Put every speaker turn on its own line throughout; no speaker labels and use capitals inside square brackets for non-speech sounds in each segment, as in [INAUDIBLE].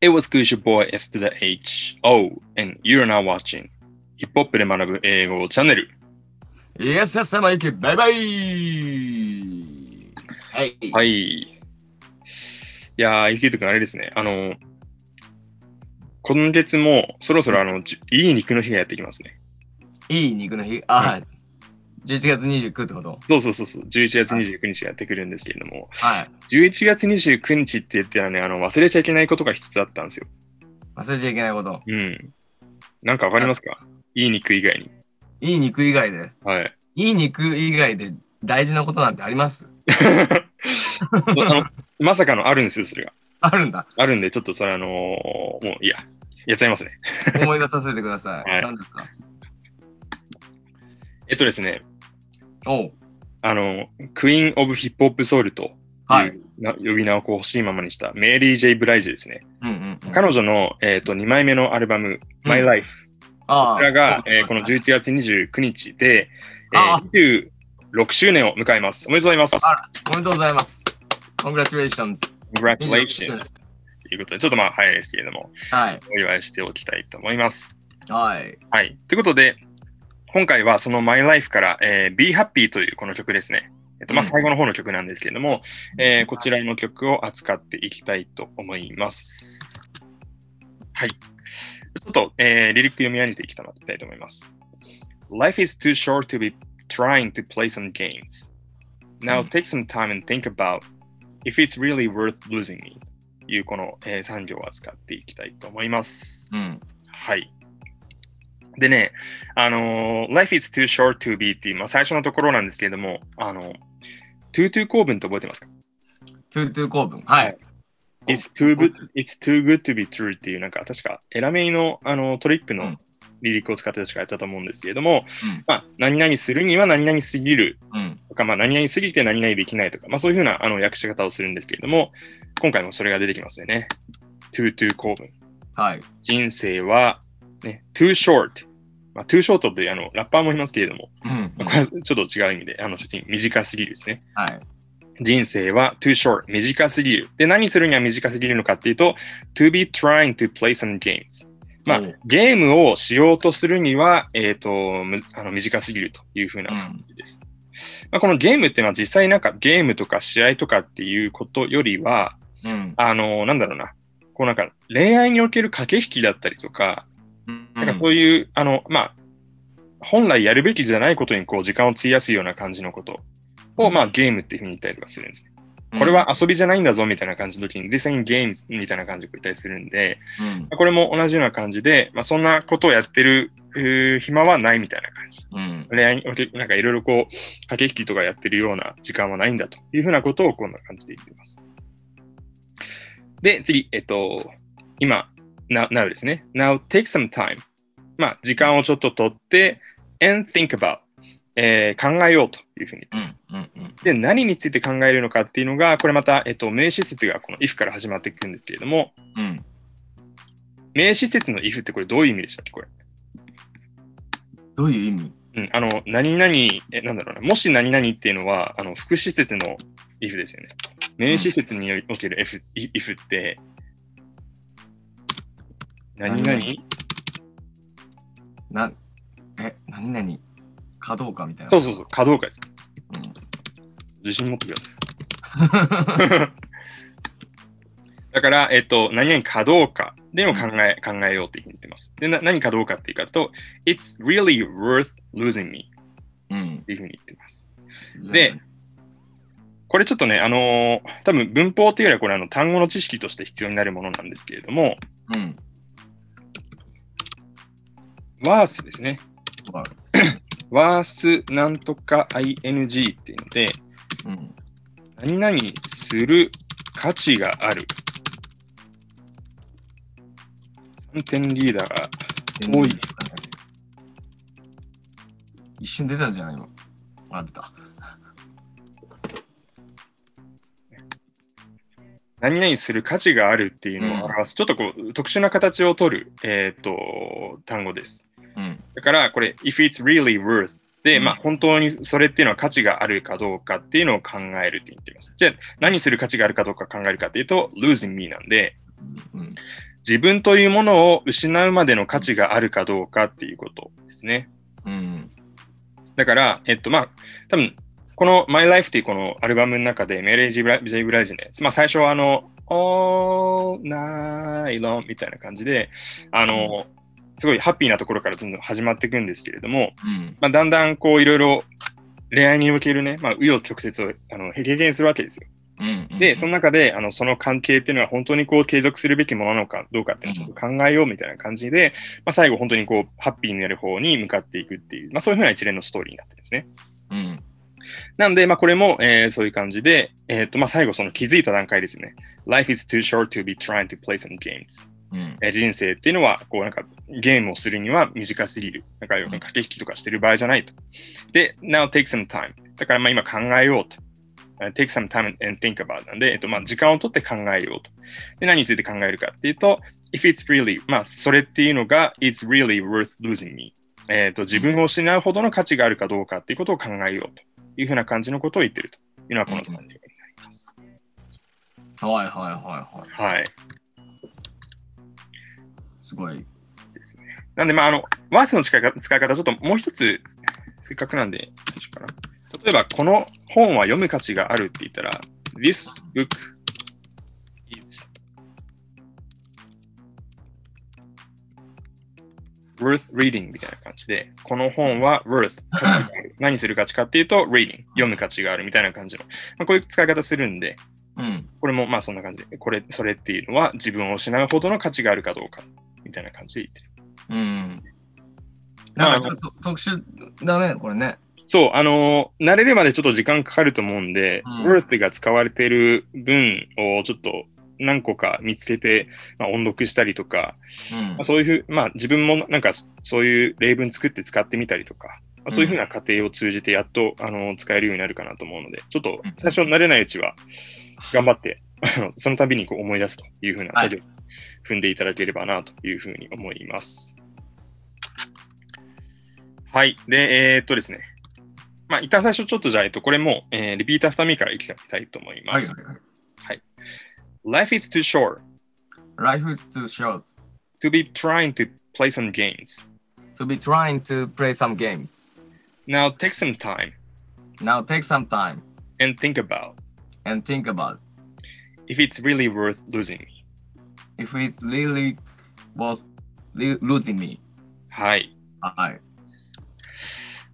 It was good, your boy S to the H. Oh, and you're now watching ヒップホップで学ぶ英語チャンネル。
イエスエスマイケバイバイはい。。
はいい。いやー、ゆきとくんあれですね。あの、今月もそろそろあの、じいい肉の日がやってきますね。
い肉の日ああ、11月29ってこと
そうそうそうそう、11月29日がやってくるんですけれども、 [LAUGHS]
はい。
11月29日って言ったらね、あの、忘れちゃいけないことが一つあったんですよ。
忘れちゃいけないこと。
うん。なんかわかりますかいい肉以外に。
いい肉以外で、
はい。 [LAUGHS]
いい肉以外で大事なことなんてあります
そうあのまさかのあるんですよ、それが。
ある
[LAUGHS]
んだ。
あるんで、ちょっとそれあのーもういいや、やっちゃいますね。
思い出させてください。
はい
何ですか
えっとですね、
おう。
あの、クイーン・オブ・ヒップホップ・ソウルという、
はい。
な呼び名をこう欲しいままにしたメリー・ジェイ・ブライジですね。
うんうんうん。
彼女の、えっと2枚目のアルバム、My Life
ああ
こちらが、えーこの11月29日で、え
あ
ー、26周年を迎えます。おめでとうございます。
あおめでとうございます。Congratulations。
Congratulations ということで、ちょっとまあ早いですけれども、
はい。
お祝いしておきたいと思います。
はい。
はい。ということで、今回はその My Life から、えー、Be Happy というこの曲ですね。えっと、まあ、
うん
最後の方の曲なんですけれども、えーこちらの曲を扱っていきたいと思います。はい。ちょっと、えーリリック読み上げていきたいと思います。Life is too short to be trying to play some games. Now
うん
take some time and think about if it's really worth losing me. というこの、え3行を扱っていきたいと思います。
うん。
はい。でね、あのー Life is too short to be っていう、まあ、最初のところなんですけれども、あの、to to 構文って覚えてますか
to to 構文。はい。
?It's too, good, it's too good to be true っていう、なんか確かエラメイのあのトリップ
う
の
ん
リリックを使って確かやったと思うんですけれども、
うん
まあ、何々するには何々すぎる
うん。
とか、まあ、何々すぎて何々できないとか、まあ、そういうふうなあの訳し方をするんですけれども、今回もそれが出てきますよね。to to 構文。
はい。
人生は、ね、too short。まあ、too short というあのラッパーもいますけれども、
うんうん
まあこれはちょっと違う意味で、あの、別に短すぎるですね。
はい。
人生は too short、短すぎる。で、何するには短すぎるのかっていうと、to be trying to play some games。まあ
おう、
ゲームをしようとするには、えっ、と、むあの短すぎるというふうな
うん
感じです。まあ、このゲームっていうのは実際なんかゲームとか試合とかっていうことよりは、
うん。
あの、なんだろうな、こうなんか恋愛における駆け引きだったりとか、なんかそういう、あの、まあ、本来やるべきじゃないことにこう時間を費やすような感じのことを、
うん
まあゲームっていうふうに言ったりとかするんですね。
うん
これは、遊びじゃないんだぞみたいな感じの時に、実際にゲームみたいな感じで言ったりするんで、
うん
これも同じような感じで、まあそんなことをやってるうー暇はないみたいな感じ。
うん
恋愛におけなんかいろいろこう、駆け引きとかやってるような時間はないんだというふうなことをこんな感じで言ってます。で、次、えっと、今、now, now ですね。now take some time. まあ、時間をちょっと取って、and think about. えー考えようというふうに言って
う
ます。
んうんうん
で、何について考えるのかっていうのが、これまた、えっと、名詞説がこの if から始まっていくんですけれども、
うん
名詞説の if ってこれどういう意味でしたっけこれ。
どういう意味
うん、あの、何々、え、なんだろうな、もし何々っていうのは、あの、副施設の if ですよね。名施設における if,、い if って、何々
何な、え、何々かどうかみたいな。
そうそうそう、かどうかです。
うん
自信持ってください。 [LAUGHS] だから、えっと、何々かどうかでも考え、考えようって言ってます。で、な何かどうかっていうかと、It's really worth losing me
うん
っていうふうに言ってます。で、これちょっとね、あのー多分文法というよりはこれあの単語の知識として必要になるものなんですけれども、
うん。
ワースですね。
わ
ワースなんとか ing っていうので、
うん。
何々する価値がある。3点リーダーが多い。
一瞬出たんじゃないのあ、出た。
何々する価値があるっていうのを表す、ちょっとこう特殊な形を取る、えー、と単語です。
うん。
だからこれ、if it's really worth で、
うん
まあ、本当にそれっていうのは価値があるかどうかっていうのを考えるって言ってます。じゃあ、何する価値があるかどうか考えるかっていうと、losing me なんで、
うん。
自分というものを失うまでの価値があるかどうかっていうことですね。
うん。
だから、えっと、まあ、多分この My Life っていうこのアルバムの中で、メレージ・ジェイ・ブライジのやつ、まあ、最初はあの、All Night Long みたいな感じで、あの、すごいハッピーなところからどんどん始まっていくんですけれども、
うん。
まあ、だんだんこういろいろ恋愛におけるね、まあ、紆余曲折をあの経験するわけですよ。
うん。
で、その中で、あの、その関係っていうのは本当にこう継続するべきものなのかどうかっていうのをちょっと考えようみたいな感じで、まあ、最後本当にこう、ハッピーになる方に向かっていくっていう、まあ、そういうふうな一連のストーリーになってるんですね。
うん。
なんで、まあ、これも、えーそういう感じで、えーっ、と、まあ、最後その気づいた段階ですね。Life is too short to be trying to play some games.
うん。
えー人生っていうのは、こうなんかゲームをするには短すぎる。なんかよく駆け引きとかしてる場合じゃないと。で、now take some time。だからまあ今考えようと。えー take some time and think about. なんで、えっとまあ時間を取って考えようと。で、何について考えるかっていうと、if it's really, まあそれっていうのが、it's really worth losing me。えっと、自分を失うほどの価値があるかどうかっていうことを考えようというふうな感じのことを言ってるというのはこの3点になります。
はいはいはいはい。
はい。
すごい。
なんで、まあ、あの、ワースの使い方、使い方ちょっともう一つ、せっかくなんで、どうしようかな例えば、この本は読む価値があるって言ったら、This book is worth reading みたいな感じで、この本は worth 価値がある。何する価値かっていうと、reading 読む価値があるみたいな感じの、まあ、こういう使い方するんで、
うん。
これもまあそんな感じで、これ、それっていうのは自分を失うほどの価値があるかどうかみたいな感じで言ってる
うん。
ま
な
あ
んかちょっと特殊だね、これね。
そう、あのー慣れるまでちょっと時間かかると思うんで、
うん
worth が使われてる文をちょっと何個か見つけて、まあ、音読したりとか、まあ、そういうふう、まあ自分もなんかそそういう例文作って使ってみたりとか、まあ、そういうふうな過程を通じてやっと、あのー使えるようになるかなと思うので、ちょっと
うん
最初慣れないうちは頑張って、あのその度にこう思い出すというふうな
はい
作業を踏んでいただければなというふうに思います。はい。で、えーっとですね。まあ、一旦最初ちょっとじゃあ、えっと、これも、えー、リピートアフターミーからいきたいと思い
うん。は
ま
い
す。
はいはい。
Life is too short
Life is too short
to be trying to play some games.
to be trying to play some games.
Now take some time
Now take some time
and think about
and think about
if it's really worth losing me.
if it's really was li- losing me.
はい。
はい。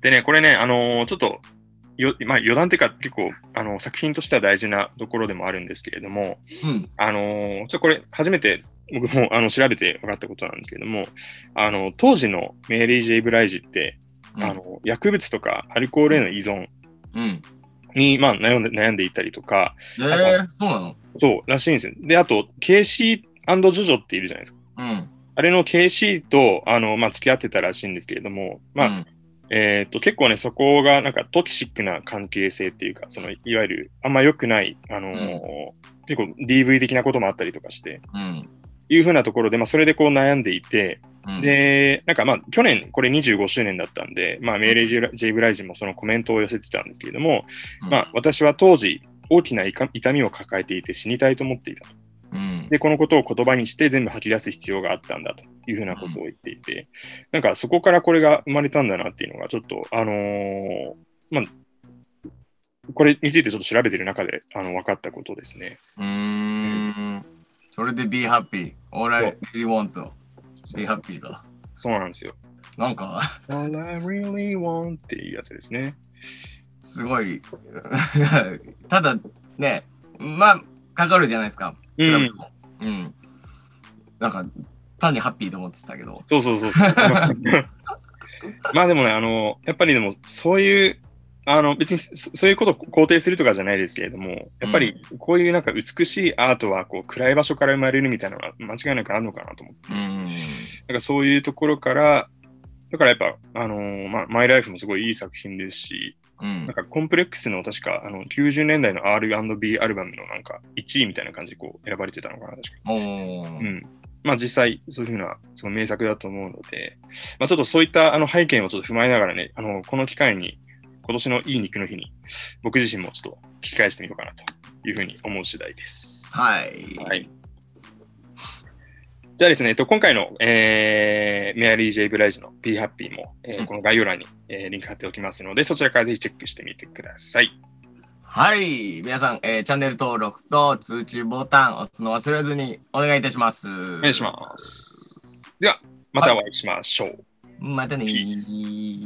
でね、これね、あのーちょっと、よまあ、余談っていうか、結構、あの作品としては大事なところでもあるんですけれども、
うん。
あのーちょっとこれ、初めて僕もあの調べて分かったことなんですけれども、あの当時のメイリー・ジェイ・ブライジって、あの薬物とかアルコールへの依存
うん。
に、まあ、悩んで悩んでいたりとか、
えー、そうなの
そうらしいんですよ。で、あと、ケイシージョジョっているじゃないですか。
うん。
あれのケイシーとあの、まあ、付き合ってたらしいんですけれども、まあ、
うん
えっと結構ね、そこがなんかトキシックな関係性っていうか、そのいわゆるあんま良くない、あのー
うん
結構 DV 的なこともあったりとかして、
うん。
いうふうなところで、まあ、それでこう悩んでいて、
うん、
で、なんかまあ、去年、これ25周年だったんで、まあ、メーレージェイ・ジェイブライジンもそのコメントを寄せてたんですけれども、
うん
まあ、私は当時、大きな痛痛みを抱えていて死にたいと思っていたと。
うん。
で、このことを言葉にして全部吐き出す必要があったんだというふうなことを言っていて、なんかそこからこれが生まれたんだなっていうのが、ちょっと、あのーまあ、これについてちょっと調べてる中であの分かったことですね。
うーん。それで mm. be happy. All I really want to be happy だ。
そうなんですよ。
なんか、
All I really want っていうやつですね。
すごい。 [LAUGHS] ただ、ね、まあ、かかるじゃないですか。
う
比べ
ん
て、も。うん。なんか、単にハッピーと思ってたけど。
そうそうそうそう。 [LAUGHS] まあでもね、あの、やっぱりでも、そういう、あの、別にそそういうことを肯定するとかじゃないですけれども、やっぱりこういうなんか美しいアートは、こう、暗い場所から生まれるみたいなのは間違いなくあるのかなと思って。
うん。
だからそういうところから、だからやっぱ、あのまあ、マイライフもすごいいい作品ですし、
う
なん
ん。
かコンプレックスの確か、あの、90年代の R&B アルバムのなんか1位みたいな感じでこう選ばれてたのかな、確か
おー
うん。まあ実際そういうふうなその名作だと思うので、まあちょっとそういったあの背景をちょっと踏まえながらね、あの、この機会に、今年のいい肉の日に、僕自身もちょっと聞き返してみようかなというふうに思う次第です。
はい。
はい。じゃあですね、えっと、今回の、えーメアリー・ジェイ・ブライジの Be Happy も、えー
うん
この概要欄に、えーリンク貼っておきますので、そちらからぜひチェックしてみてください。
はい。皆さん、えーチャンネル登録と通知ボタンを押すの忘れずにお願いいたします。お
お願いします。では、またお会いしましょう。
す。またねー。